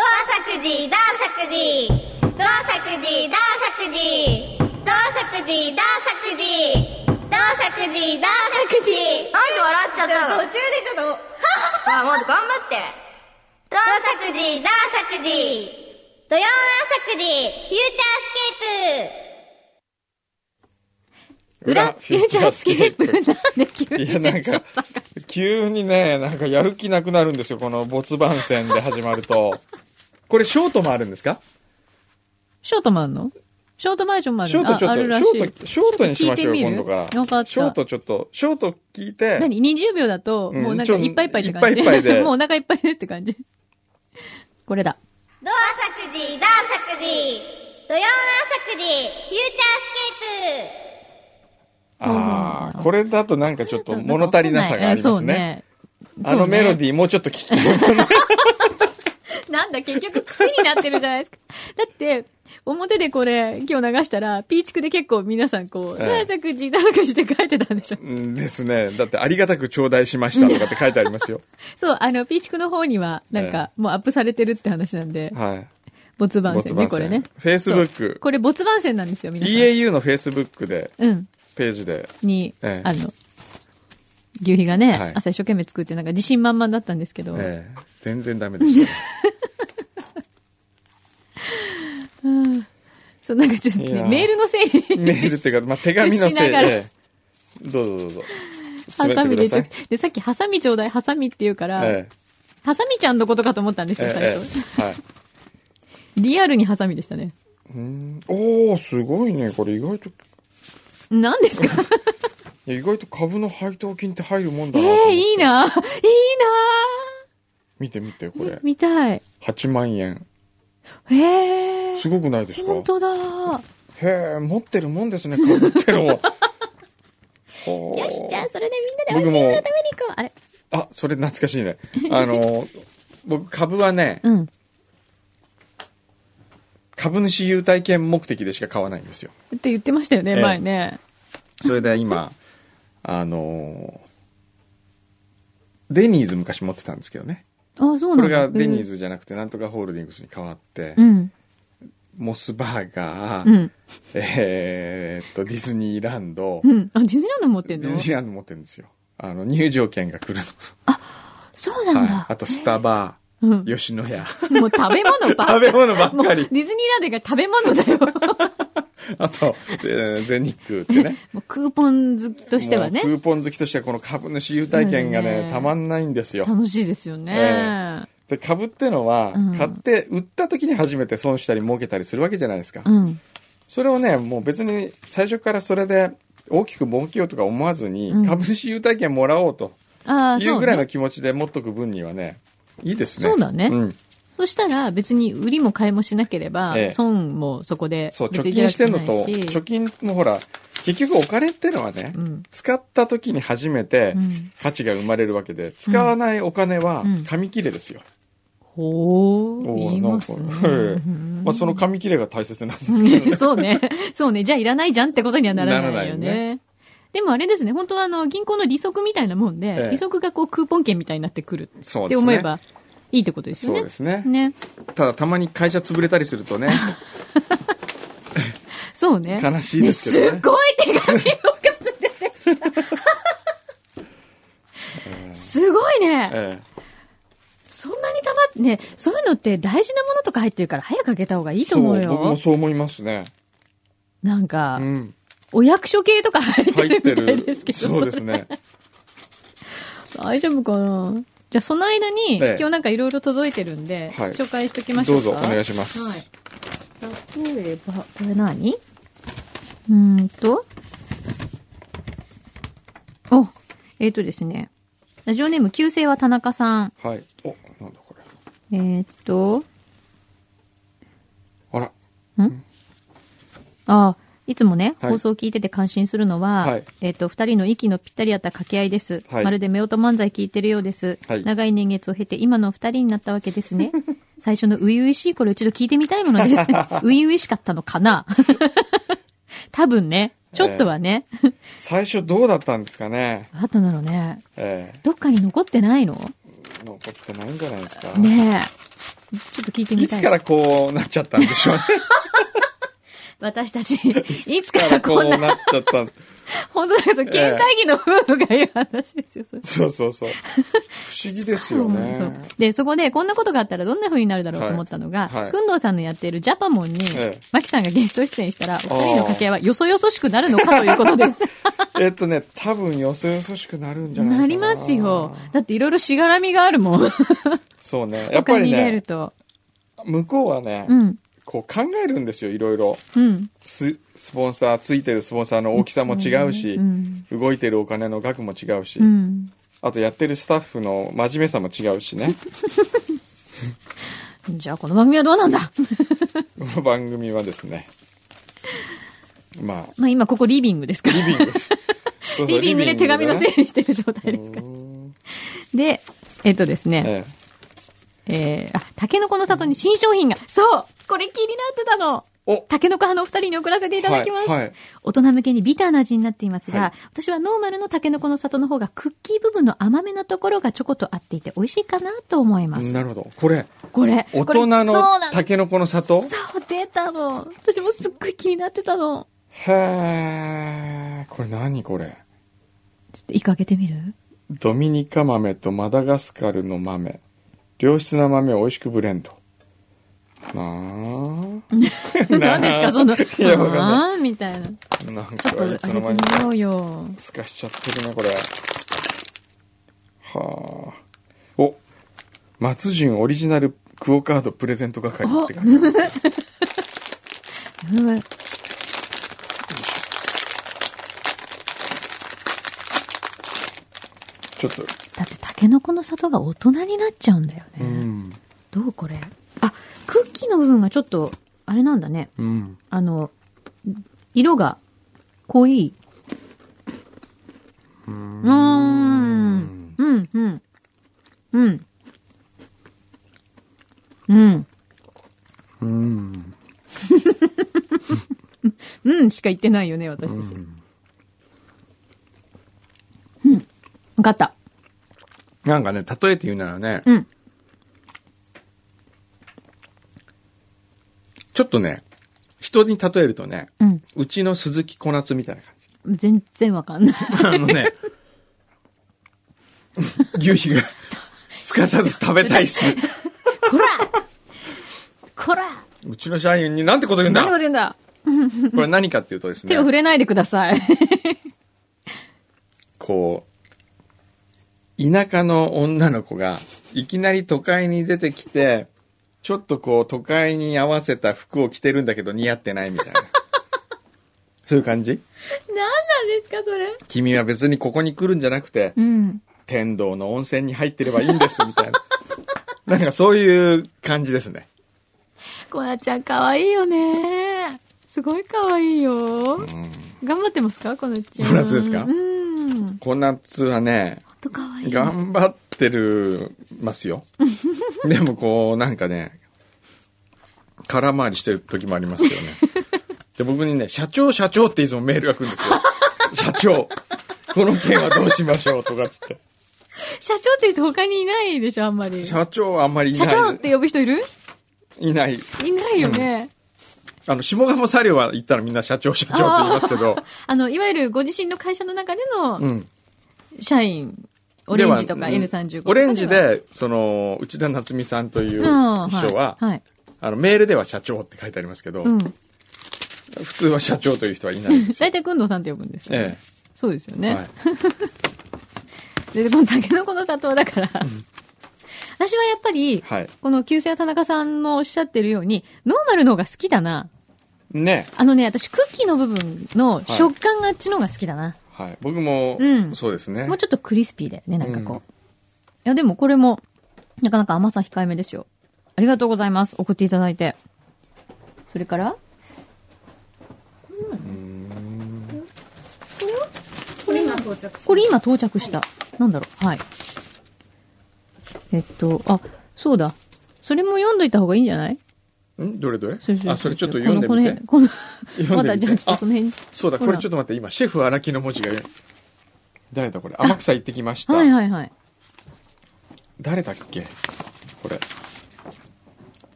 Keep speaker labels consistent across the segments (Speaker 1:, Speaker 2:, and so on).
Speaker 1: 作寺だ作寺動作寺だ作寺動作寺だ作寺動作寺だ作寺なんで笑っちゃっ
Speaker 2: ちょ
Speaker 1: た
Speaker 2: っと
Speaker 1: の
Speaker 2: 途中でちょっ
Speaker 1: あもっと頑張って動作寺動作寺土曜の作寺フューチャースケープ
Speaker 3: 裏フューチャースケープ
Speaker 4: なんで急
Speaker 3: いや、なんか、急にね、なんかやる気なくなるんですよ、この没番戦で始まると。これ、ショートもあるんですか
Speaker 4: ショートもあるのショートバージョンもある
Speaker 3: ショートちょ
Speaker 4: ああ
Speaker 3: っ
Speaker 4: る
Speaker 3: と、
Speaker 4: ら
Speaker 3: シ
Speaker 4: しい
Speaker 3: ョート、ショートにしましょう、
Speaker 4: 聞いてみ
Speaker 3: 今
Speaker 4: る
Speaker 3: 度から。シ
Speaker 4: よかった
Speaker 3: ョートちょっと、ショート聞いて、
Speaker 4: 何 ?20 秒だと、
Speaker 3: うん
Speaker 4: もうなんか
Speaker 3: ちょ
Speaker 4: いっぱいいっぱいって感じ。
Speaker 3: いっぱいいっぱいで
Speaker 4: もうお腹いっぱいですって感じ。これだ。
Speaker 1: ドア作事、ドア作事、土曜の朝9時、フューチャースケープ
Speaker 3: ああ、これだとなんかちょっと
Speaker 4: なんか
Speaker 3: 物足りなさがありま
Speaker 4: そう
Speaker 3: すね。
Speaker 4: そうね
Speaker 3: あのメロディーもうちょっと聞きたい。
Speaker 4: なんだ、結局癖になってるじゃないですか。 だって、表でこれ、今日流したら、ピーチクで結構皆さんこう、
Speaker 3: ええ
Speaker 4: 大作寺、大作寺って書いてたんでしょ。
Speaker 3: うんですね。だって、ありがたく頂戴しましたとかって書いてあります よ。
Speaker 4: そう、あの、ピーチクの方には、なんか、もうアップされてるって話なんで、
Speaker 3: はい。
Speaker 4: 没番線ね、これね。
Speaker 3: 没番線
Speaker 4: そう
Speaker 3: Facebook
Speaker 4: これ没番線なんですよ、皆さん。
Speaker 3: EAU の Facebook で、
Speaker 4: うん。
Speaker 3: ページで、
Speaker 4: に、
Speaker 3: ええ
Speaker 4: あの、牛皮がね、
Speaker 3: はい
Speaker 4: 朝一生懸命作って、なんか自信満々だったんですけど、
Speaker 3: ええ全然ダメですよ。
Speaker 4: そう、なんかちょっと
Speaker 3: い
Speaker 4: ね、
Speaker 3: やー
Speaker 4: メールのせいに、
Speaker 3: メールっていうか、まあ、手紙のせい
Speaker 4: 屈しながら
Speaker 3: で、どうぞどうぞ。
Speaker 4: ハサミでち
Speaker 3: 進
Speaker 4: ょく
Speaker 3: めてく
Speaker 4: で、さっきハサミちょうだい、ハサミって言うか
Speaker 3: だ
Speaker 4: ら、
Speaker 3: さいえ
Speaker 4: ハサミちゃんのことかと思ったんです
Speaker 3: え
Speaker 4: よ、最
Speaker 3: え
Speaker 4: 初。
Speaker 3: えはい。
Speaker 4: リアルにハサミでしたね。
Speaker 3: うんおー、すごいね。これ意外と、い
Speaker 4: 何です か
Speaker 3: や意外と株の配当金って入るもんだ
Speaker 4: え
Speaker 3: なと思っ
Speaker 4: え
Speaker 3: て。
Speaker 4: いいないいな
Speaker 3: 見て見て、こ
Speaker 4: え
Speaker 3: れ。
Speaker 4: 見たい。
Speaker 3: 8万円。
Speaker 4: ええ
Speaker 3: すごくないですか
Speaker 4: 本当だ
Speaker 3: へえ、持ってるもんですね、株ってのも。 よ
Speaker 4: よし、じゃあそれでみんなでおしい
Speaker 3: 僕
Speaker 4: も
Speaker 3: も
Speaker 4: の食べに行こう。あれ
Speaker 3: あ、それ懐かしいね。あの、僕、株はね、
Speaker 4: うん。
Speaker 3: 株主優待券目的でしか買わないんですよ。
Speaker 4: って言ってましたよね、
Speaker 3: ええ
Speaker 4: 前ね。
Speaker 3: それで 今、あの、デニーズ昔持ってたんですけどね。
Speaker 4: あ、そう
Speaker 3: こ
Speaker 4: なの
Speaker 3: れがデニー。ズじゃなくて、なんとかホールディングスに変わって、
Speaker 4: うん。
Speaker 3: モスバーガー、
Speaker 4: うん。
Speaker 3: えーっと、ディズニーランド、
Speaker 4: うん。あ、ディズニーランド持ってん
Speaker 3: デ
Speaker 4: の
Speaker 3: ィズニーランド持ってるんですよ。あの、入場券が来る
Speaker 4: そう
Speaker 3: の。
Speaker 4: なん
Speaker 3: はい
Speaker 4: だ。。
Speaker 3: あと、スタバ、
Speaker 4: うん。
Speaker 3: 吉野家。
Speaker 4: もう食べ物ばっか
Speaker 3: 食べ
Speaker 4: り。
Speaker 3: 物ばっかり
Speaker 4: もうディズニーランドが食べ物だよ。
Speaker 3: あと、えー全日空って ね。
Speaker 4: もうクーポン好きとしてはね
Speaker 3: もう。クーポン好きとしてはこの株主優待券が
Speaker 4: そう
Speaker 3: ね
Speaker 4: だね
Speaker 3: たまんないんですよ
Speaker 4: 楽しいですよね。
Speaker 3: えで株ってのは、
Speaker 4: うん
Speaker 3: 買って売った時に初めて損したり儲けたりするわけじゃないですか、
Speaker 4: うん。
Speaker 3: それをねもう別に最初からそれで大きく儲けようとか思わずに、
Speaker 4: うん
Speaker 3: 株主優待券もらおうと
Speaker 4: ああ、
Speaker 3: い
Speaker 4: そうう
Speaker 3: ぐらい
Speaker 4: ね
Speaker 3: の。気持ちで持っとく分にはねいいですね
Speaker 4: そうだね
Speaker 3: ん、
Speaker 4: そしたら別に売りも買いもしなければ、
Speaker 3: ええ
Speaker 4: 損もそこで
Speaker 3: そう
Speaker 4: 別に
Speaker 3: 貯
Speaker 4: いた
Speaker 3: 金
Speaker 4: だ
Speaker 3: し
Speaker 4: きた
Speaker 3: てん
Speaker 4: く
Speaker 3: の
Speaker 4: ない
Speaker 3: と貯金もほら結局お金ってのはね、
Speaker 4: うん
Speaker 3: 使った時に初めて
Speaker 4: うん
Speaker 3: 価値が生まれるわけで、使わないお金は
Speaker 4: うん
Speaker 3: 紙切れですよ、
Speaker 4: ほ
Speaker 3: お
Speaker 4: う、
Speaker 3: ー
Speaker 4: 言いますね
Speaker 3: なんか ええ。まあ、その紙切れが大切なんですけどね。
Speaker 4: そうね。そうね。じゃあいらないじゃんってことにはならないよ
Speaker 3: ならない
Speaker 4: ね。でもあれですね、本当はあの、銀行の利息みたいなもんで、
Speaker 3: ええ
Speaker 4: 利息がこうクーポン券みたいになってくる
Speaker 3: そ
Speaker 4: っ
Speaker 3: う
Speaker 4: て
Speaker 3: です
Speaker 4: 思
Speaker 3: ね
Speaker 4: えばいいってことですよ
Speaker 3: そう
Speaker 4: ね
Speaker 3: で。すね。
Speaker 4: ね。
Speaker 3: ただ、たまに会社潰れたりする とね、
Speaker 4: そうね。
Speaker 3: 悲しいですけどね
Speaker 4: すっごい手紙の数出てきた。すごいね。
Speaker 3: ええ
Speaker 4: そんなにたまって、ね、そういうのって大事なものとか入ってるから早く開けた方がいいと思う
Speaker 3: そう、僕も
Speaker 4: よ。
Speaker 3: そう思いますね。
Speaker 4: なんか
Speaker 3: う、ん。
Speaker 4: お役所系とか入って
Speaker 3: 入
Speaker 4: る
Speaker 3: って
Speaker 4: みたい
Speaker 3: る。
Speaker 4: ですけど、
Speaker 3: そうですね。
Speaker 4: それ大丈夫かなじゃあその間に、
Speaker 3: ええ
Speaker 4: 今日なんかいろいろ届いてるんで、
Speaker 3: はい
Speaker 4: 紹介しときまし
Speaker 3: ど
Speaker 4: ょう
Speaker 3: う
Speaker 4: か。
Speaker 3: ぞ、お願いします。
Speaker 4: はい。例えば、これ何うーんと。お、えっ、とですね。ラジオネーム、旧姓は田中さん。
Speaker 3: はい。お、なんだこれ。
Speaker 4: えっ、と、
Speaker 3: あら。
Speaker 4: ああ、いつもね、
Speaker 3: はい
Speaker 4: 放送を聞いてて感心するのは、
Speaker 3: はい
Speaker 4: えっ、と、二人の息のぴったり合った掛け合いです。
Speaker 3: はい
Speaker 4: まるで夫婦漫才聞いてるようです。
Speaker 3: はい
Speaker 4: 長い年月を経て今のお二人になったわけですね。最初の初々しい頃一度聞いてみたいものです。初 々しかったのかな 多分ね、ちょっとはね。
Speaker 3: 最初どうだったんですかね。
Speaker 4: あったんだろうね。
Speaker 3: え
Speaker 4: どっかに残ってないの
Speaker 3: え残ってないんじゃないですか。
Speaker 4: ねえ。ちょっと聞いてみ
Speaker 3: い
Speaker 4: た
Speaker 3: つ
Speaker 4: い。
Speaker 3: からこうなっちゃったんでしょうね。
Speaker 4: 私たち、いつ
Speaker 3: いつ
Speaker 4: から こんな、
Speaker 3: っちゃったん。
Speaker 4: 本当ですよ、県会議の夫婦が言う話ですよ、それ
Speaker 3: そうそうそう。不思議ですよね
Speaker 4: そ。うで、そこで、こんなことがあったらどんな風になるだろうと思ったのが、
Speaker 3: はいはい
Speaker 4: くんどうさんのやっているジャパモンに
Speaker 3: ええ、
Speaker 4: マキさんがゲスト出演したら、お二人の掛け合いはよそよそしくなるのかということ です。
Speaker 3: えっとね、多分よそよそしくなるんじゃないかな。
Speaker 4: なりますよ。だっていろいろしがらみがあるもん。
Speaker 3: そうね。や
Speaker 4: お
Speaker 3: っぱ
Speaker 4: 金
Speaker 3: り
Speaker 4: 入れる
Speaker 3: ね、
Speaker 4: と。
Speaker 3: 向こうはね、
Speaker 4: うん。
Speaker 3: こう考えるんですよ、いろいろ。
Speaker 4: うん。
Speaker 3: ススポンサー、ついてるスポンサーの大きさも違うし
Speaker 4: う、ん。
Speaker 3: 動いてるお金の額も違うし、
Speaker 4: うん。
Speaker 3: あとやってるスタッフの真面目さも違う しね。
Speaker 4: じゃあこの番組はどうなんだ
Speaker 3: この番組はですね。まあ、
Speaker 4: まあ今ここリビングですから。
Speaker 3: リビングです。そうそう
Speaker 4: リビングで手紙の
Speaker 3: リ
Speaker 4: 整
Speaker 3: ビング
Speaker 4: 理してる状態
Speaker 3: で
Speaker 4: で
Speaker 3: ね
Speaker 4: すから。で、えっとですね。
Speaker 3: ええ
Speaker 4: えー、あ、タケノコの里に新商品が、そうこれ気になってたの
Speaker 3: お
Speaker 4: タケノコ派のお二人に送らせていただきます。
Speaker 3: はいはい
Speaker 4: 大人向けにビターな味になっていますが、
Speaker 3: はい
Speaker 4: 私はノーマルのタケノコの里の方がクッキー部分の甘めなところがちょこっと合っていて美味しいかなと思います。
Speaker 3: なるほど。これ、
Speaker 4: これ、
Speaker 3: 大
Speaker 4: これそう
Speaker 3: 人の
Speaker 4: なの
Speaker 3: タケノコの里
Speaker 4: そう、出たの。私もすっごい気になってたの。
Speaker 3: へー。これ何これ。
Speaker 4: ちょっと一個開けてみる
Speaker 3: ドミニカ豆とマダガスカルの豆。良質な豆を美味しくブレンド。 なあ。
Speaker 4: 何ですか、その、
Speaker 3: の。 いや、わか
Speaker 4: あーみたいな。ち
Speaker 3: んない。なん
Speaker 4: ょっと
Speaker 3: か、いつの間
Speaker 4: 開
Speaker 3: に
Speaker 4: けてみよ
Speaker 3: か、
Speaker 4: うよ。
Speaker 3: すかしちゃってるね、これ。はあ。お、松潤オリジナルクオカードプレゼント係って書いてある
Speaker 4: うわ
Speaker 3: ちょっと、
Speaker 4: だってタケノコの里が大人になっちゃうんだよね。
Speaker 3: うん。
Speaker 4: どうこれあ、クッキーの部分がちょっと、あれなんだね。
Speaker 3: うん。
Speaker 4: あの、色が濃い。うーん。うん、うん。うん。うん。
Speaker 3: うん。
Speaker 4: うんしか言ってないよね、私たち。うん。わかった。
Speaker 3: なんかね、例えて言うならね、
Speaker 4: うん。
Speaker 3: ちょっとね、人に例えるとね、
Speaker 4: うん。
Speaker 3: うちの鈴木小夏みたいな感じ。
Speaker 4: 全然わかんない。
Speaker 3: あのね、牛皮が、すかさず食べたいっす。
Speaker 4: こらこら
Speaker 3: うちの社員になんてこと言うん
Speaker 4: 何のこと
Speaker 3: だ
Speaker 4: 言うんだ
Speaker 3: これ何かっていうとですね
Speaker 4: 手を、触れないでください。
Speaker 3: こう、田舎の女の子が、いきなり都会に出てきて、ちょっとこう、都会に合わせた服を着てるんだけど似合ってないみたいな。そういう感じ
Speaker 4: 何なんですか、それ。
Speaker 3: 君は別にここに来るんじゃなくて、
Speaker 4: うん。
Speaker 3: 天童の温泉に入ってればいいんです、みたいな。なんかそういう感じですね。
Speaker 4: コナちゃん可愛いよね。すごい可愛いよ。頑張ってますかコナちゃん。
Speaker 3: コナツですか
Speaker 4: うん。ほん
Speaker 3: こんなつはね、
Speaker 4: と可愛い。
Speaker 3: 頑張ってるます よ。でもこう、なんかね、空回りしてる時もありますよね。で、僕にね、社長、社長っていつもメールが来るん ですよ。社長、この件はどうしましょうとかっつって。
Speaker 4: 社長っていう人他にいないでしょあんまり。社
Speaker 3: 社長はあんまりいない。
Speaker 4: 長って呼ぶ人いる
Speaker 3: いない。
Speaker 4: いないよね。
Speaker 3: あの、下鴨サリは行ったらみんな社長、社長って言いますけど、
Speaker 4: あの、いわゆるご自身の会社の中で
Speaker 3: う
Speaker 4: の
Speaker 3: ん。
Speaker 4: 社員、オレンジとか
Speaker 3: では
Speaker 4: N35 とか。、
Speaker 3: オレンジ、で、その、内田夏美さんといううん人は、
Speaker 4: はい。はい。
Speaker 3: あの、メールでは社長って書いてありますけど、
Speaker 4: うん。
Speaker 3: 普通は社長という人はいないんですよ。
Speaker 4: 大体、くんどうさんって呼ぶんですよね。
Speaker 3: え
Speaker 4: そうですよ
Speaker 3: え。
Speaker 4: ね。
Speaker 3: はい。
Speaker 4: で、このタケノコの里だから、私はやっぱり、
Speaker 3: はい
Speaker 4: この旧姓は田中さんのおっしゃってるように、ノーマルの方が好きだな。
Speaker 3: ね
Speaker 4: あのね、私クッキーの部分の食感があっちの方が好きだな。
Speaker 3: はい。僕も、
Speaker 4: うん
Speaker 3: そうですね
Speaker 4: もう。ちょっとクリスピーだよね、なんかこう。
Speaker 3: うん
Speaker 4: いや、でもこれも、なかなか甘さ控えめですよ。ありがとうございます。送っていただいて。それから
Speaker 2: これ今到着し
Speaker 4: これ今到着した。なんだろう。はい。えっと、あ、そうだ。それも読んどいた方がいいんじゃない
Speaker 3: んどれどれ
Speaker 4: そうそう
Speaker 3: あ、それちょっと読んでみて。
Speaker 4: この、この
Speaker 3: 読
Speaker 4: ま
Speaker 3: んで
Speaker 4: だ
Speaker 3: みて
Speaker 4: じゃあちょっとその辺に。
Speaker 3: そうだ、
Speaker 4: ほ
Speaker 3: こ
Speaker 4: ら
Speaker 3: れちょっと待って、今、シェフ荒木の文字が読め誰だこれ天草行ってきました。
Speaker 4: はいはいはい。
Speaker 3: 誰だっけこれ。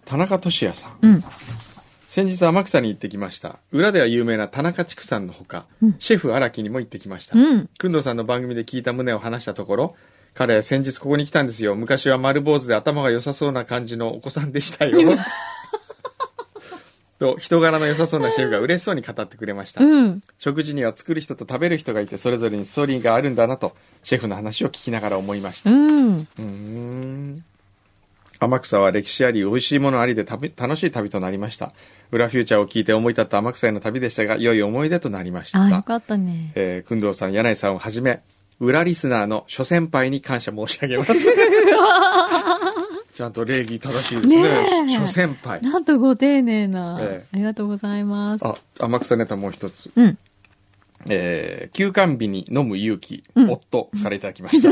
Speaker 3: 田中俊也さん。
Speaker 4: うん。
Speaker 3: 先日天草に行ってきました。裏では有名な田中畜産のほか、
Speaker 4: うん
Speaker 3: シェフ荒木にも行ってきました。
Speaker 4: うん。
Speaker 3: くんどさんの番組で聞いた旨を話したところ、彼、先日ここに来たんですよ。昔は丸坊主で頭が良さそうな感じのお子さんでしたよ。と、人柄の良さそうなシェフが嬉しそうに語ってくれました。
Speaker 4: うん。
Speaker 3: 食事には作る人と食べる人がいて、それぞれにストーリーがあるんだなと、シェフの話を聞きながら思いました。
Speaker 4: うん。
Speaker 3: うーん天草は歴史あり、美味しいものありで旅楽しい旅となりました。裏フューチャーを聞いて思い立った天草への旅でしたが、良い思い出となりまし
Speaker 4: ああ、よ
Speaker 3: た。
Speaker 4: かったね。
Speaker 3: えー、くんどうさん、柳井さんをはじめ、裏リスナーの諸先輩に感謝申し上 げます。ちゃんと礼儀正しいですね。
Speaker 4: ねえ
Speaker 3: 諸先輩。
Speaker 4: なんとご丁寧な。
Speaker 3: ええ
Speaker 4: ありがとうございます。
Speaker 3: あ、天草ネタもう一つ。
Speaker 4: うん。
Speaker 3: えー休館日に飲む勇気、夫からいただき ました。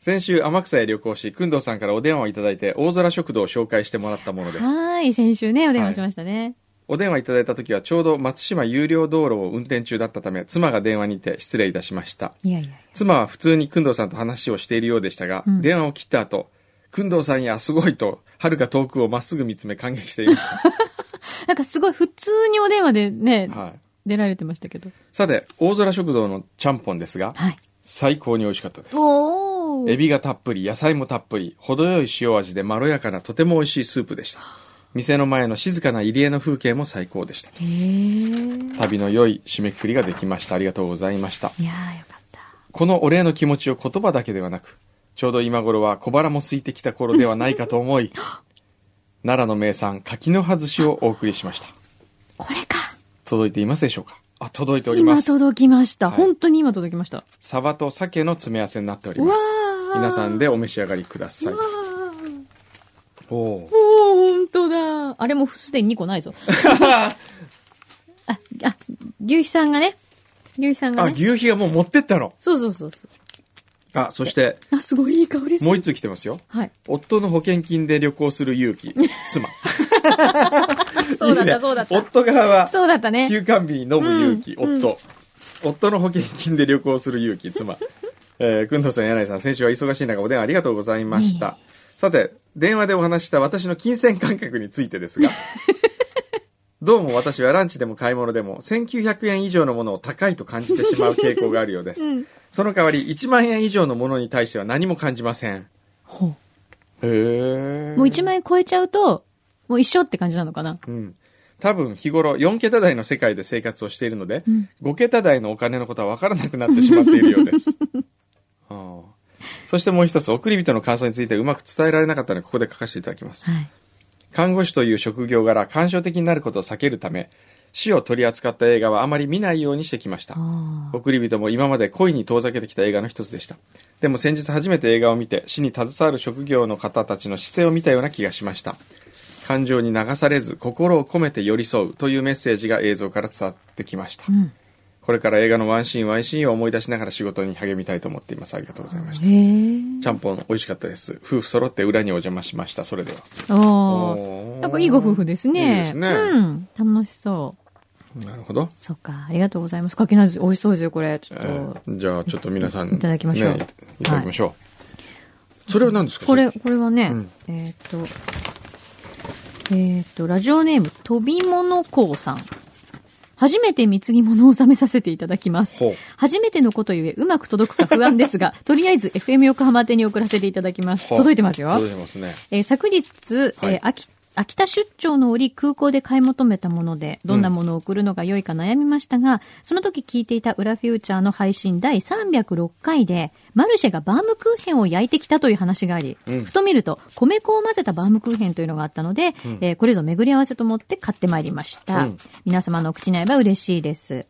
Speaker 3: 先週、天草へ旅行し、くんどうさんからお電話をいただいて、大空食堂を紹介してもらったものです。
Speaker 4: はーい、先週ね、お電話しましたね。
Speaker 3: お電話いただいた時は、ちょうど松島有料道路を運転中だったため、妻が電話にて失礼いたしました。
Speaker 4: い、やいやいや。
Speaker 3: 妻は普通にくんどうさんと話をしているようでしたが、
Speaker 4: うん
Speaker 3: 電話を切った後、くんどうさんやすごいと、遥か遠くをまっすぐ見つめ感激していました。
Speaker 4: なんかすごい普通にお電話でね、
Speaker 3: はい、
Speaker 4: 出られてましたけど。
Speaker 3: さて、大空食堂のちゃんぽんですが、
Speaker 4: はい。
Speaker 3: 最高に美味しかったです。
Speaker 4: お
Speaker 3: エ
Speaker 4: ー。
Speaker 3: ビがたっぷり、野菜もたっぷり、程よい塩味でまろやかなとても美味しいスープでした。店の前の静かな入り江の風景も最高でした。
Speaker 4: へー。
Speaker 3: 旅の良い締めくくりができました。ありがとうございました。
Speaker 4: いやー、よかった。
Speaker 3: このお礼の気持ちを言葉だけではなく、ちょうど今頃は小腹も空いてきた頃ではないかと思い、 奈良の名産、柿の葉寿司をお送りしました。
Speaker 4: これか。
Speaker 3: 届いていますでしょうかあ、届いておりま
Speaker 4: 今
Speaker 3: す。
Speaker 4: 届きました。
Speaker 3: はい
Speaker 4: 本当に今届きました。
Speaker 3: サバと鮭の詰め合わせになっており
Speaker 4: うわ
Speaker 3: ます。
Speaker 4: ー。
Speaker 3: 皆さんでお召し上がりください。
Speaker 4: わー
Speaker 3: おおー。
Speaker 4: おー、本当だ。あれもうすでに2個ない ぞ。あ、あ、牛皮さんがね。牛皮さんが
Speaker 3: あ、
Speaker 4: ね。
Speaker 3: 牛皮がもう持ってったの。
Speaker 4: そうそうそうそ
Speaker 3: あ、そして、
Speaker 4: う。あ、すごいいい香りする。
Speaker 3: もう一通来てますよ。
Speaker 4: はい。
Speaker 3: 夫の保険金で旅行する勇気。妻。
Speaker 4: そうだっ
Speaker 3: いいね
Speaker 4: た、そうだった。
Speaker 3: 夫側は、
Speaker 4: そうだったね。
Speaker 3: 休館日に飲む勇気。
Speaker 4: うん
Speaker 3: 夫。夫の保険金で旅行する勇 気。妻。えー、くんどさん、柳井さん、先週は忙しい中お電話ありがとうござい ました。さて、電話でお話しした私の金銭感覚につい てですが、どうも私はランチでも買い物でも1900円以上のものを高いと感じてしまう傾向があるようです。
Speaker 4: うん。
Speaker 3: その代わり1万円以上のものに対しては何も感じません。
Speaker 4: ほう。
Speaker 3: へえ。
Speaker 4: もう1万円超えちゃうと、もう一緒って感じなのかな。
Speaker 3: うん。多分日頃4桁台の世界で生活をしているので、
Speaker 4: うん
Speaker 3: 5桁台のお金のことは分からなくなってしまっているようです。 ああそしてもう一つ、送り人の感想についてうまく伝えられなかったので、ここで書かせていただきます。
Speaker 4: はい。
Speaker 3: 看護師という職業柄、干渉的になることを避けるため、死を取り扱った映画はあまり見ないようにしてきました。
Speaker 4: ああ。
Speaker 3: 送り人も今まで恋に遠ざけてきた映画の一つでした。でも先日初めて映画を見て死に携わる職業の方たちの姿勢を見たような気がしました。感情に流されず心を込めて寄り添うというメッセージが映像から伝わってきました。
Speaker 4: うん。
Speaker 3: これから映画のワンシーンワンシーンを思い出しながら仕事に励みたいと思っています。ありがとうございました。
Speaker 4: へえ。
Speaker 3: ちゃんぽん美味しかったです。夫婦揃って裏にお邪魔しました。それでは。
Speaker 4: あ
Speaker 3: お
Speaker 4: あ。
Speaker 3: ー
Speaker 4: なんかいいご夫婦ですね。
Speaker 3: いいですね
Speaker 4: うん。楽しそう。
Speaker 3: なるほど。
Speaker 4: そうか。ありがとうございます。柿の味美味しそうですよ、これ。ちょ
Speaker 3: え
Speaker 4: っと。
Speaker 3: ーじゃあちょっと皆さん、
Speaker 4: いただきましょう
Speaker 3: ねいただきましょう。それは何ですか
Speaker 4: これ、これはね、
Speaker 3: うん
Speaker 4: えーっと、えーっと、ラジオネーム、飛び物こうさん。初めて貢ぎ物を納めさせていただきます
Speaker 3: ほう。
Speaker 4: 初めてのことゆえ、うまく届くか不安です が、とりあえず FM 横浜宛てに送らせていただきます。
Speaker 3: ほう
Speaker 4: 届いてますよ。
Speaker 3: 届いてますね。
Speaker 4: えー昨日、
Speaker 3: はい
Speaker 4: えー秋秋田出張の折空港で買い求めたものでどんなものを送るのが良いか悩みましたが、その時聞いていた「裏フューチャー」の配信第306回でマルシェがバームクーヘンを焼いてきたという話があり、
Speaker 3: うん
Speaker 4: ふと見ると米粉を混ぜたバームクーヘンというのがあったので、えーこれぞ巡り合わせと思って買ってまいりました、
Speaker 3: うん
Speaker 4: 皆様のお口に合えば嬉しいです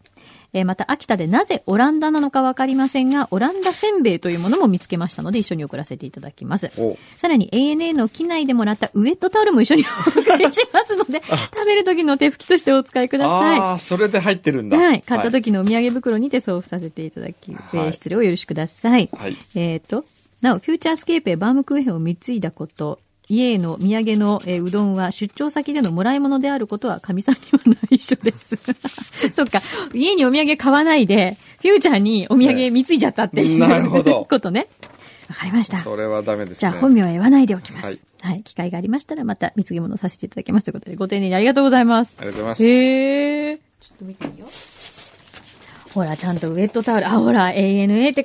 Speaker 4: えーまた秋田でなぜオランダなのかわかりませんがオランダせんべいというものも見つけましたので一緒に送らせていただきます
Speaker 3: お
Speaker 4: さらに ANA の機内でもらったウエットタオルも一緒にお送りしますので、食べる時の手拭きとしてお使いくだ
Speaker 3: あ
Speaker 4: さ
Speaker 3: あ、それで入ってるん
Speaker 4: い。
Speaker 3: だ。
Speaker 4: はい。買った時のお土産袋にて送付させていただき、
Speaker 3: はい
Speaker 4: えー失礼を許しください。
Speaker 3: はい。
Speaker 4: えっ、と、なお、フューチャースケープへバームクーヘンを貢いだこと、家への土産の、えーうどんは出張先でのもらい物であることは神さんには内緒 です。そっか。家にお土産買わないで、フューチャーにお土産貢いじゃったっていう、
Speaker 3: なるほど
Speaker 4: ことね。わかりました。
Speaker 3: それはダメです
Speaker 4: じゃ
Speaker 3: ね。
Speaker 4: あ本名は言わないでおきます。は
Speaker 3: はいい。
Speaker 4: 機会がありましたらまた見つけ物させていただきますということで、ご丁寧にありがとうございます。
Speaker 3: ありがとうございます。
Speaker 4: へえ。ちょっと見てみよう。ほら、ちゃんとウェットタオル。あ、ほら、ANA って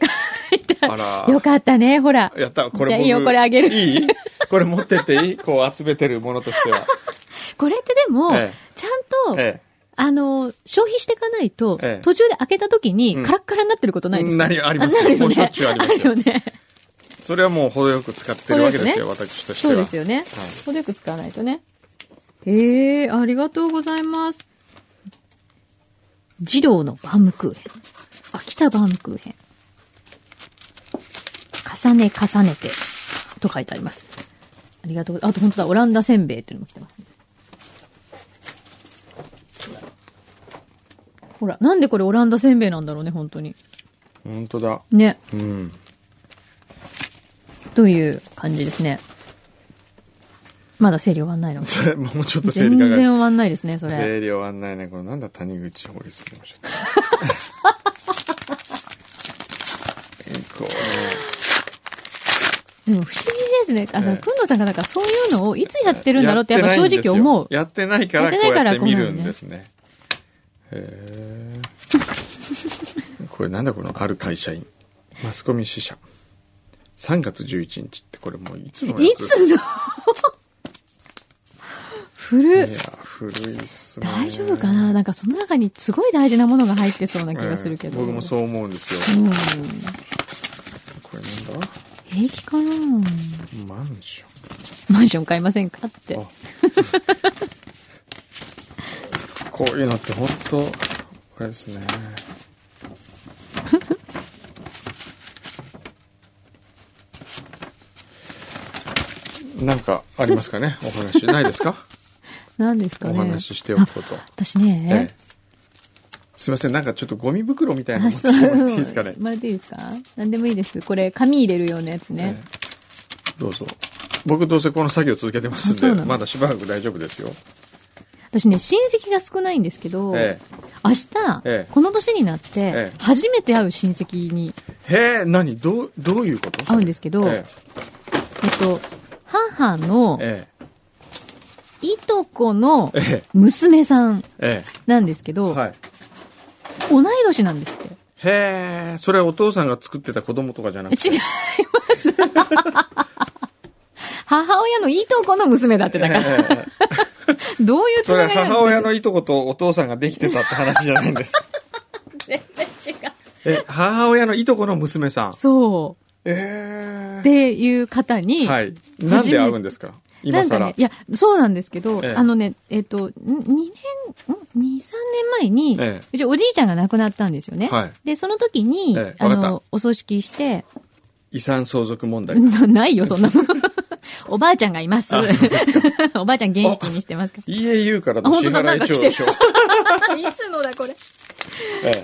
Speaker 4: 書いてある。
Speaker 3: あら
Speaker 4: よかったね、ほら。
Speaker 3: やった、これ
Speaker 4: じゃあ
Speaker 3: 僕
Speaker 4: いいよ、これあげる。
Speaker 3: いいこれ持ってっていいこう集めてるものとし ては。
Speaker 4: これってでも、
Speaker 3: ええ
Speaker 4: ちゃんと、
Speaker 3: え
Speaker 4: あの、消費していかないと、
Speaker 3: ええ
Speaker 4: 途中で開けた時に、
Speaker 3: うん
Speaker 4: カラッカラになってることないですか
Speaker 3: なりありますよ
Speaker 4: なるよ
Speaker 3: もう
Speaker 4: ね。
Speaker 3: しょっちゅうありますよ
Speaker 4: るよね。
Speaker 3: え。それはもう程よく使ってるわけですよ、私として
Speaker 4: そ
Speaker 3: は。
Speaker 4: うですよね。程よく使わないとね。ええありがとうございます。二郎のバームクーヘン。秋田バームクーヘン。重ね重ねて、と書いてあります。ありがとうご。あと本当だ、オランダせんべいっていうのも来てますね。ほら、なんでこれオランダせんべいなんだろうね、本当に。
Speaker 3: 本当だ。
Speaker 4: ね。
Speaker 3: うん。
Speaker 4: という感じですね。まだ整理終わんないの。
Speaker 3: それ、もうちょっと整
Speaker 4: 全
Speaker 3: 理
Speaker 4: 然
Speaker 3: が
Speaker 4: 終わんないですね、それ。
Speaker 3: 整理終わんないね。これなんだ谷口法律 のちょっと。こうね。
Speaker 4: でも不思議ですね。あ
Speaker 3: え
Speaker 4: の、
Speaker 3: え
Speaker 4: くんどさんがなんかそういうのをいつやってるんだろうってやっぱ正直思う。
Speaker 3: やってないか
Speaker 4: や
Speaker 3: ら、
Speaker 4: っ
Speaker 3: こ
Speaker 4: てない
Speaker 3: う
Speaker 4: か
Speaker 3: や
Speaker 4: ら
Speaker 3: って見
Speaker 4: こうん
Speaker 3: る
Speaker 4: なのね
Speaker 3: ですね。へえ。 これなんだこのある会社員。マスコミ支社。3月11日ってこれもういつのや
Speaker 4: い
Speaker 3: つ
Speaker 4: つの 古っ
Speaker 3: いや、古いっすね。
Speaker 4: 大丈夫かななんかその中にすごい大事なものが入ってそうな気がするけど。
Speaker 3: ええ僕もそう思うんですよ。
Speaker 4: うん。
Speaker 3: これなんだ
Speaker 4: 平気かな
Speaker 3: マンション。
Speaker 4: マンション買いませんかって。
Speaker 3: あ こういうのって本当これですね。 なんかありますかねお話ないですか
Speaker 4: 何ですか
Speaker 3: お
Speaker 4: ね
Speaker 3: 話ししておくこと。
Speaker 4: 私ね
Speaker 3: ええ。すいません、なんかちょっとゴミ袋みたいなの
Speaker 4: あ、
Speaker 3: 持っ
Speaker 4: そう。
Speaker 3: てきて もらっていいですかね。
Speaker 4: 生まれていいですか何でもいいです。これ、紙入れるようなやつね
Speaker 3: え。えどうぞ。僕どうせこの作業続けてます
Speaker 4: あそうんな
Speaker 3: で、
Speaker 4: の
Speaker 3: まだしばらく大丈夫ですよ。
Speaker 4: 私ね、親戚が少ないんですけど、
Speaker 3: え
Speaker 4: 明
Speaker 3: え
Speaker 4: 日
Speaker 3: え、
Speaker 4: この年になって
Speaker 3: ええ、
Speaker 4: 初めて会う親戚に
Speaker 3: えへえ、何どう、どういうこと
Speaker 4: 会うんですけど、え
Speaker 3: え
Speaker 4: っと、母の
Speaker 3: え、え
Speaker 4: いとこの
Speaker 3: え、え
Speaker 4: 娘さん
Speaker 3: え、え
Speaker 4: なんですけ
Speaker 3: え。
Speaker 4: ど、
Speaker 3: はい。
Speaker 4: 同い年なんですって。
Speaker 3: へえ、それはお父さんが作ってた子供とかじゃなくて。
Speaker 4: 違います。 母親のいとこの娘だってだから、
Speaker 3: ええ
Speaker 4: どういうつ
Speaker 3: そ
Speaker 4: ながりなんです
Speaker 3: れは
Speaker 4: か
Speaker 3: 母親のいとことお父さんができてたって話じゃないん です。
Speaker 4: 全然違う。
Speaker 3: え、母親のいとこの娘さん。
Speaker 4: そ
Speaker 3: え
Speaker 4: う。っ
Speaker 3: え。
Speaker 4: ていう方に、
Speaker 3: はい。なんで会うんですか今
Speaker 4: なんか
Speaker 3: 更。
Speaker 4: ね、いや、そうなんですけど、
Speaker 3: ええ
Speaker 4: あのね、えっ、と、ん2年、ん ?2、3年前に、
Speaker 3: ええ
Speaker 4: うちおじいちゃんが亡くなったんですよね。
Speaker 3: はい
Speaker 4: で、その時に、
Speaker 3: ええ
Speaker 4: あ
Speaker 3: わかっ
Speaker 4: の、お葬式して、
Speaker 3: 遺産相続問題。
Speaker 4: ないよ、そんなの。 おばあちゃんがいます。 おばあちゃん元気にしてますか
Speaker 3: EAU から
Speaker 4: あ
Speaker 3: の
Speaker 4: 本
Speaker 3: 支
Speaker 4: 当だ
Speaker 3: 払い
Speaker 4: なんか
Speaker 3: 調
Speaker 4: 来て
Speaker 3: 書。
Speaker 4: ら。 いつのだ、これ。
Speaker 3: ええ。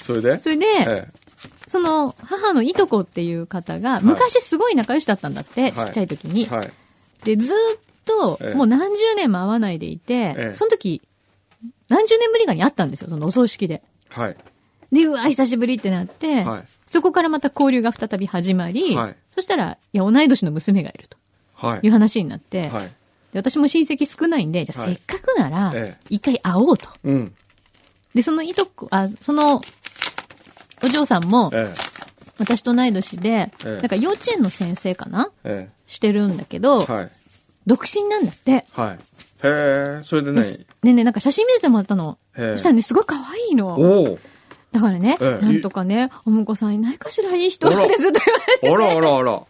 Speaker 3: それで
Speaker 4: それで、
Speaker 3: え
Speaker 4: その、母のいとこっていう方が、昔すごい仲良しだったんだって、
Speaker 3: はい
Speaker 4: ちっちゃい時に。
Speaker 3: え。はい。
Speaker 4: で、ずーっと
Speaker 3: え、え
Speaker 4: もう何十年も会わないでいて、
Speaker 3: ええ
Speaker 4: その時、何十年ぶりかに会ったんですよ、そのお葬式で。
Speaker 3: はい。
Speaker 4: で、うわ、久しぶりってなって、
Speaker 3: はい
Speaker 4: そこからまた交流が再び始まり、
Speaker 3: はい
Speaker 4: そしたら、いや、同い年の娘がいると
Speaker 3: はいい。
Speaker 4: う話になって、
Speaker 3: はい。
Speaker 4: で私も親戚少ないんで、じゃあ
Speaker 3: は
Speaker 4: せ
Speaker 3: い
Speaker 4: っかくなら
Speaker 3: え、
Speaker 4: 一回会おうと。
Speaker 3: うん。
Speaker 4: で、そのいとこ、あ、その、お嬢さんも、
Speaker 3: ええ。
Speaker 4: 私と同い年で、
Speaker 3: ええ
Speaker 4: なんか幼稚園の先生かな
Speaker 3: え
Speaker 4: してるんだけど、
Speaker 3: え。はい。
Speaker 4: 独身なんだって。
Speaker 3: はい。へえ。それで
Speaker 4: で
Speaker 3: ね。
Speaker 4: すねえねえ、なんか写真見せてもらったの。
Speaker 3: へ
Speaker 4: そ
Speaker 3: え
Speaker 4: したらね、すごい可愛いの。
Speaker 3: おお。
Speaker 4: だからね、
Speaker 3: ええ
Speaker 4: なんとかね、お婿さんいないかしら、いい人っ
Speaker 3: あら
Speaker 4: てずっと言われて。
Speaker 3: あらあらあら。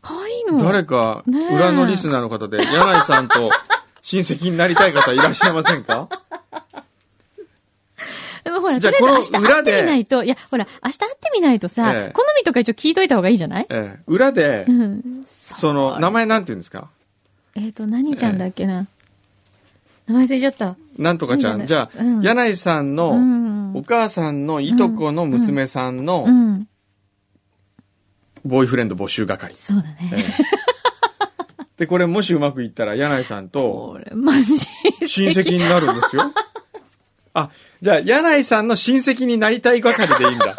Speaker 4: 可愛いの。
Speaker 3: 誰か、
Speaker 4: ねえ
Speaker 3: 裏のリスナーの方で、柳井さんと親戚になりたい方いらっしゃいませんか
Speaker 4: でもほら、
Speaker 3: じ
Speaker 4: と
Speaker 3: ゃあ
Speaker 4: りあえず
Speaker 3: こ
Speaker 4: 明
Speaker 3: の
Speaker 4: 日会っ
Speaker 3: 裏で
Speaker 4: てみないと、いや、ほら、明日会ってみないとさ、
Speaker 3: ええ
Speaker 4: 好みとか一応聞いといた方がいいじゃない
Speaker 3: ええ。裏で
Speaker 4: う、ん。
Speaker 3: その、名前なんて言うんですか
Speaker 4: えっ、と、何ちゃんだっけな。名前忘れちゃった。
Speaker 3: なんとかちゃ
Speaker 4: いい
Speaker 3: ん。
Speaker 4: じ
Speaker 3: じ
Speaker 4: ゃない
Speaker 3: ゃあ、
Speaker 4: うん
Speaker 3: 柳井さん
Speaker 4: う
Speaker 3: の、
Speaker 4: ん
Speaker 3: お。母さんのいとこの娘さん
Speaker 4: う
Speaker 3: の、
Speaker 4: ん。
Speaker 3: ボーイフレンド募集係。
Speaker 4: そうだね。
Speaker 3: ええで、これもしうまくいったら、柳井さんと
Speaker 4: これ、マジ。
Speaker 3: 親戚になるんですよ。あ、 じゃあ、柳井さんの親戚になりたい係でいいんだ。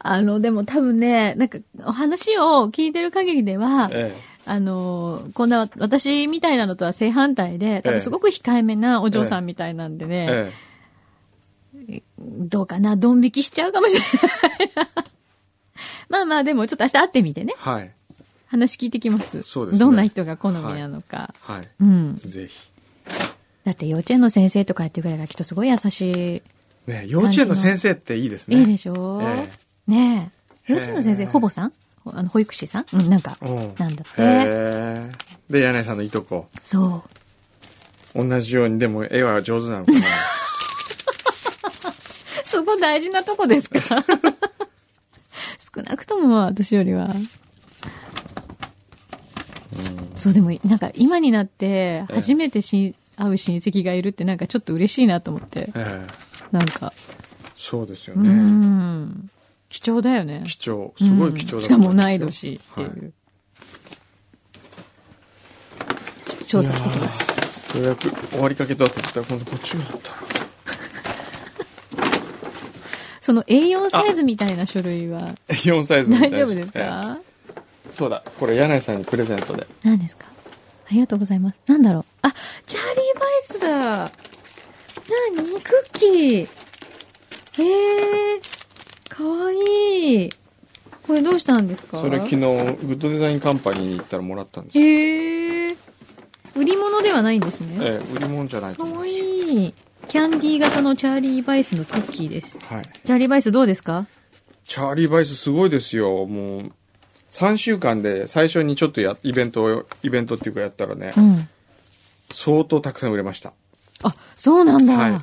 Speaker 4: あの、でも多分ね、なんか、お話を聞いてる限りでは、
Speaker 3: え
Speaker 4: あの、こんな、私みたいなのとは正反対で、多
Speaker 3: え
Speaker 4: 分
Speaker 3: え
Speaker 4: すごく控えめなお嬢さんみたいなんで
Speaker 3: え
Speaker 4: ね、
Speaker 3: え
Speaker 4: どうかな、ドン引きしちゃうかもしれないな。まあまあ、でもちょっと明日会ってみてね
Speaker 3: え。はい。
Speaker 4: 話聞いてきます。
Speaker 3: そうですね
Speaker 4: どんな人が好みなのか。
Speaker 3: はい。
Speaker 4: うん。
Speaker 3: ぜひ。
Speaker 4: だって幼稚園の先生とかやってくらいがきっとすごい優し
Speaker 3: ね、幼稚園の先生っていいです
Speaker 4: い。
Speaker 3: ね。
Speaker 4: いいでしょ、
Speaker 3: え
Speaker 4: ねえ。幼稚園の先生、
Speaker 3: へえ
Speaker 4: ほぼさんほあの保育士さんうん、なんか、
Speaker 3: うん。
Speaker 4: なんだって
Speaker 3: へえで、柳井さんのいとこ。
Speaker 4: そう。
Speaker 3: 同じように、でも絵は上手なの かな。
Speaker 4: そこ大事なとこですか 少なくとも私よりは。そうでも、なんか今になって
Speaker 3: え
Speaker 4: 初めてし、会う親戚がいるってなんかちょっと嬉しいなと思って。
Speaker 3: ええ
Speaker 4: なんか、
Speaker 3: そうですよ
Speaker 4: う
Speaker 3: ね。
Speaker 4: ん。貴重だよね。
Speaker 3: 貴重。すごい貴重だと思
Speaker 4: しかも
Speaker 3: いますよ
Speaker 4: 同い年ってい
Speaker 3: は
Speaker 4: う。ちょっと調査してきます。
Speaker 3: いようやく終わりかけだと思ったら、今度こっちがだったら。
Speaker 4: その A4 サイズみたいな書類は
Speaker 3: 4サイズみたい
Speaker 4: 大
Speaker 3: な
Speaker 4: 丈夫です
Speaker 3: ええ
Speaker 4: か
Speaker 3: そうだ。これ、柳井さんにプレゼントで。
Speaker 4: 何ですかありがとうございます。なんだろう。あ、チャーリーバイスだ。なに、クッキー。へえー、かわいい。これどうしたんですか
Speaker 3: それ昨日、グッドデザインカンパニーに行ったらもらったんですよ。
Speaker 4: へえー、売り物ではないんですね。
Speaker 3: ええ売り物じゃない
Speaker 4: か
Speaker 3: と思いま
Speaker 4: わ
Speaker 3: す。
Speaker 4: いい。キャンディー型のチャーリーバイスのクッキーです。
Speaker 3: はい。
Speaker 4: チャーリーバイスどうですか
Speaker 3: チャーリー・バイスすごいですよ。もう、3週間で最初にちょっとや、イベントを、イベントっていうかやったらね、
Speaker 4: ん。
Speaker 3: 相当たくさん売れました。
Speaker 4: あ、そうなんだ。
Speaker 3: は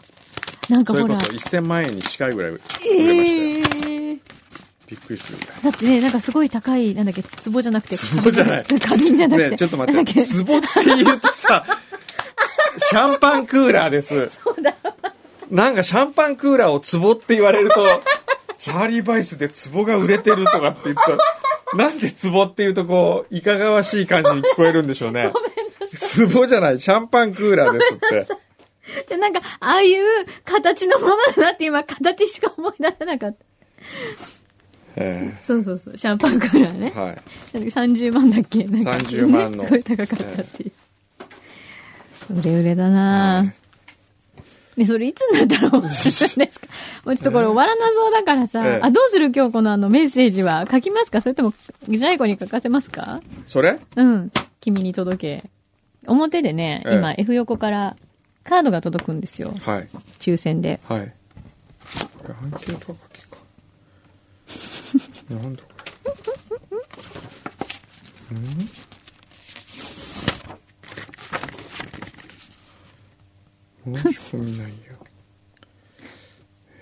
Speaker 4: なんか
Speaker 3: それ
Speaker 4: ほ
Speaker 3: こ
Speaker 4: ら。
Speaker 3: そ1000万円に近いぐらい売れましたよ。
Speaker 4: ええー。
Speaker 3: びっくりするぐらい。
Speaker 4: だってね、なんかすごい高い、なんだっけ、壺じゃなくて。
Speaker 3: 壺じゃない
Speaker 4: 花瓶じゃなくて。
Speaker 3: ねえちょっと待っ
Speaker 4: なんだ
Speaker 3: て、
Speaker 4: け
Speaker 3: ツボって言うと さ、シャンパンクーラーです。なんかシャンパンクーラーをツボって言われると、チャーリー・バイスでツボが売れてるとかって言ったら、なんでツボって言うとこう、いかがわしい感じに聞こえるんでしょうね。ツボじゃない、シャンパンクーラーですって。
Speaker 4: じゃ、なんか、ああいう形のものだなって今、形しか思い出せなかった。
Speaker 3: え
Speaker 4: そうそうそう、シャンパンクーラーね
Speaker 3: え。はい。
Speaker 4: なんか30万だっけなんか、
Speaker 3: 30万の
Speaker 4: ねすごい高かったっていう。売れ売れだなぁ。ね、それいつになったら終わるん ですかもうちょっとこれ終わらなそうだからさ、
Speaker 3: ええ
Speaker 4: あ、どうする今日このあのメッセージは書きますかそれとも、ジャイコに書かせますか
Speaker 3: それ
Speaker 4: うん。君に届け。表でね、
Speaker 3: ええ
Speaker 4: 今 F 横からカードが届くんですよ。
Speaker 3: はい。
Speaker 4: 抽選で。
Speaker 3: はい。これアンケートは書きか。なんだこれ。ん申し込みないよ。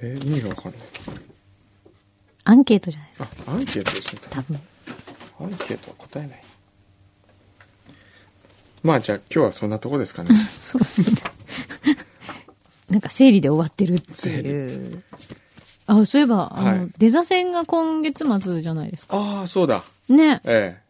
Speaker 3: えー意味がわかんない。
Speaker 4: アンケートじゃないですか。
Speaker 3: あ、アンケートですね。
Speaker 4: 多分。
Speaker 3: アンケートは答えない。まあじゃあ今日はそんなとこですかね。
Speaker 4: そうですね。なんか整理で終わってるっていう。あ、そういえば、あの、
Speaker 3: はい
Speaker 4: デザ戦が今月末じゃないですか。
Speaker 3: ああ、そうだ。
Speaker 4: ね。
Speaker 3: ええ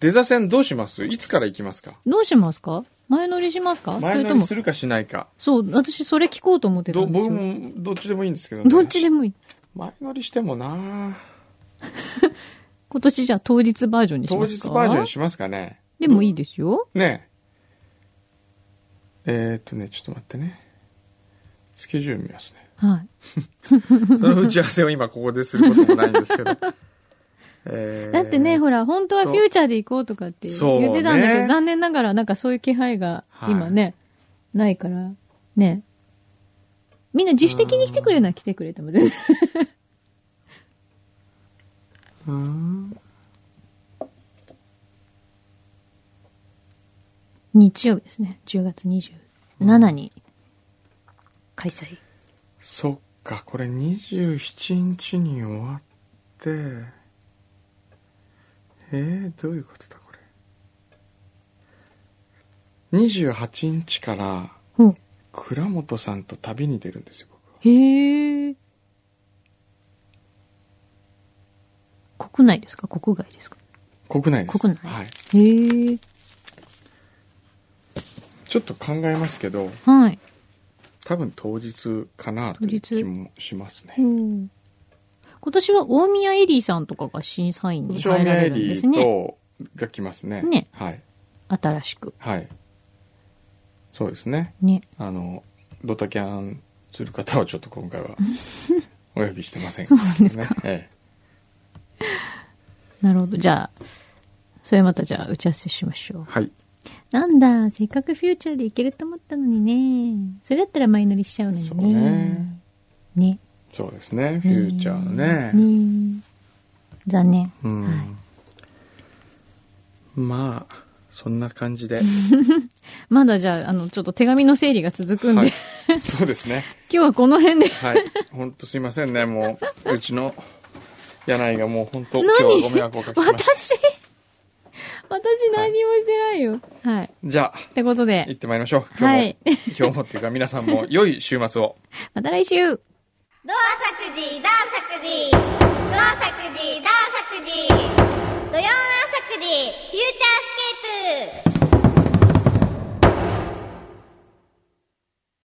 Speaker 3: デザ戦どうしますいつから行きますか
Speaker 4: どうしますか前乗りしますか
Speaker 3: 前
Speaker 4: そ
Speaker 3: 乗
Speaker 4: れと
Speaker 3: り
Speaker 4: も
Speaker 3: するかしないか。
Speaker 4: そう、私それ聞こうと思ってた
Speaker 3: ど
Speaker 4: んです
Speaker 3: 僕
Speaker 4: よ。
Speaker 3: もどっちでもいいんですけど、ね、
Speaker 4: どっちでもいい。
Speaker 3: 前乗りしてもな
Speaker 4: 今年じゃあ当日バージョンにし
Speaker 3: 当
Speaker 4: ます
Speaker 3: 日
Speaker 4: か
Speaker 3: バージョンにしますかね
Speaker 4: でもいいですよ。
Speaker 3: ねええーっとねちょっと待ってねスケジュール見ます ね
Speaker 4: はい。
Speaker 3: その打ち合わせを今ここですることもないんです けど、えー
Speaker 4: だってね、ほら、本当はフューチャーで行こうとかって
Speaker 3: そうね
Speaker 4: 言ってたんだけど、残念ながら、なんかそういう気配が今ね、ないから、ね。みんな自主的に来てくれな、来てくれても全然。 日曜日ですね、10月27に開催。
Speaker 3: そっかこれ27日に終わってえー、どういうことだこれ28日から
Speaker 4: うん。
Speaker 3: 倉本さんと旅に出るんですよ僕は
Speaker 4: へえ。国内ですか国外ですか
Speaker 3: 国内です
Speaker 4: 国内
Speaker 3: はい、
Speaker 4: へえ。
Speaker 3: ちょっと考えますけど
Speaker 4: はい。
Speaker 3: 多分当日かなという気もしますね
Speaker 4: うん。今年は大宮エリーさんとかが審査員に
Speaker 3: 照
Speaker 4: 入
Speaker 3: 明
Speaker 4: られ
Speaker 3: エ
Speaker 4: るんで
Speaker 3: リ
Speaker 4: す
Speaker 3: ー
Speaker 4: ね。
Speaker 3: と、が来ますね。
Speaker 4: ね
Speaker 3: はい。
Speaker 4: 新しく。
Speaker 3: はい。そうですね。
Speaker 4: ね。
Speaker 3: あの、ドタキャンする方はちょっと今 回はお呼びしてません
Speaker 4: そうなんですか
Speaker 3: ねえ
Speaker 4: なるほど。じゃあ、それまたじゃあ打ち合わせしましょう
Speaker 3: え。はい。
Speaker 4: なんだ、せっかくフューチャーでいけると思ったのにね。それだったら前乗りしちゃうの
Speaker 3: そう
Speaker 4: にね。
Speaker 3: ね。
Speaker 4: ね。
Speaker 3: そうですね。フューチャーのね。
Speaker 4: ね残念。
Speaker 3: うん。
Speaker 4: はい
Speaker 3: まあ、そんな感じで。
Speaker 4: まだじゃあ、あの、ちょっと手紙の整理が続くんで、
Speaker 3: は
Speaker 4: 今
Speaker 3: い。そうですね。
Speaker 4: 日はこの辺で。
Speaker 3: はい。ほんとすいませんね。もう、うちの柳井がもう本当今日は
Speaker 4: 何
Speaker 3: ご迷惑をおかけしま
Speaker 4: 私、私
Speaker 3: した。
Speaker 4: 何にもしてないよ。はい。っ
Speaker 3: じゃあ、
Speaker 4: てこと
Speaker 3: 行っ
Speaker 4: で、
Speaker 3: てまいりましょう。今日も、
Speaker 4: はい
Speaker 3: 今日もっていうか皆さんも良い週末を。
Speaker 4: また来週
Speaker 1: ドア作事、ダー作事。ドア作事、ダー作事。土曜の朝9時、フューチャースケ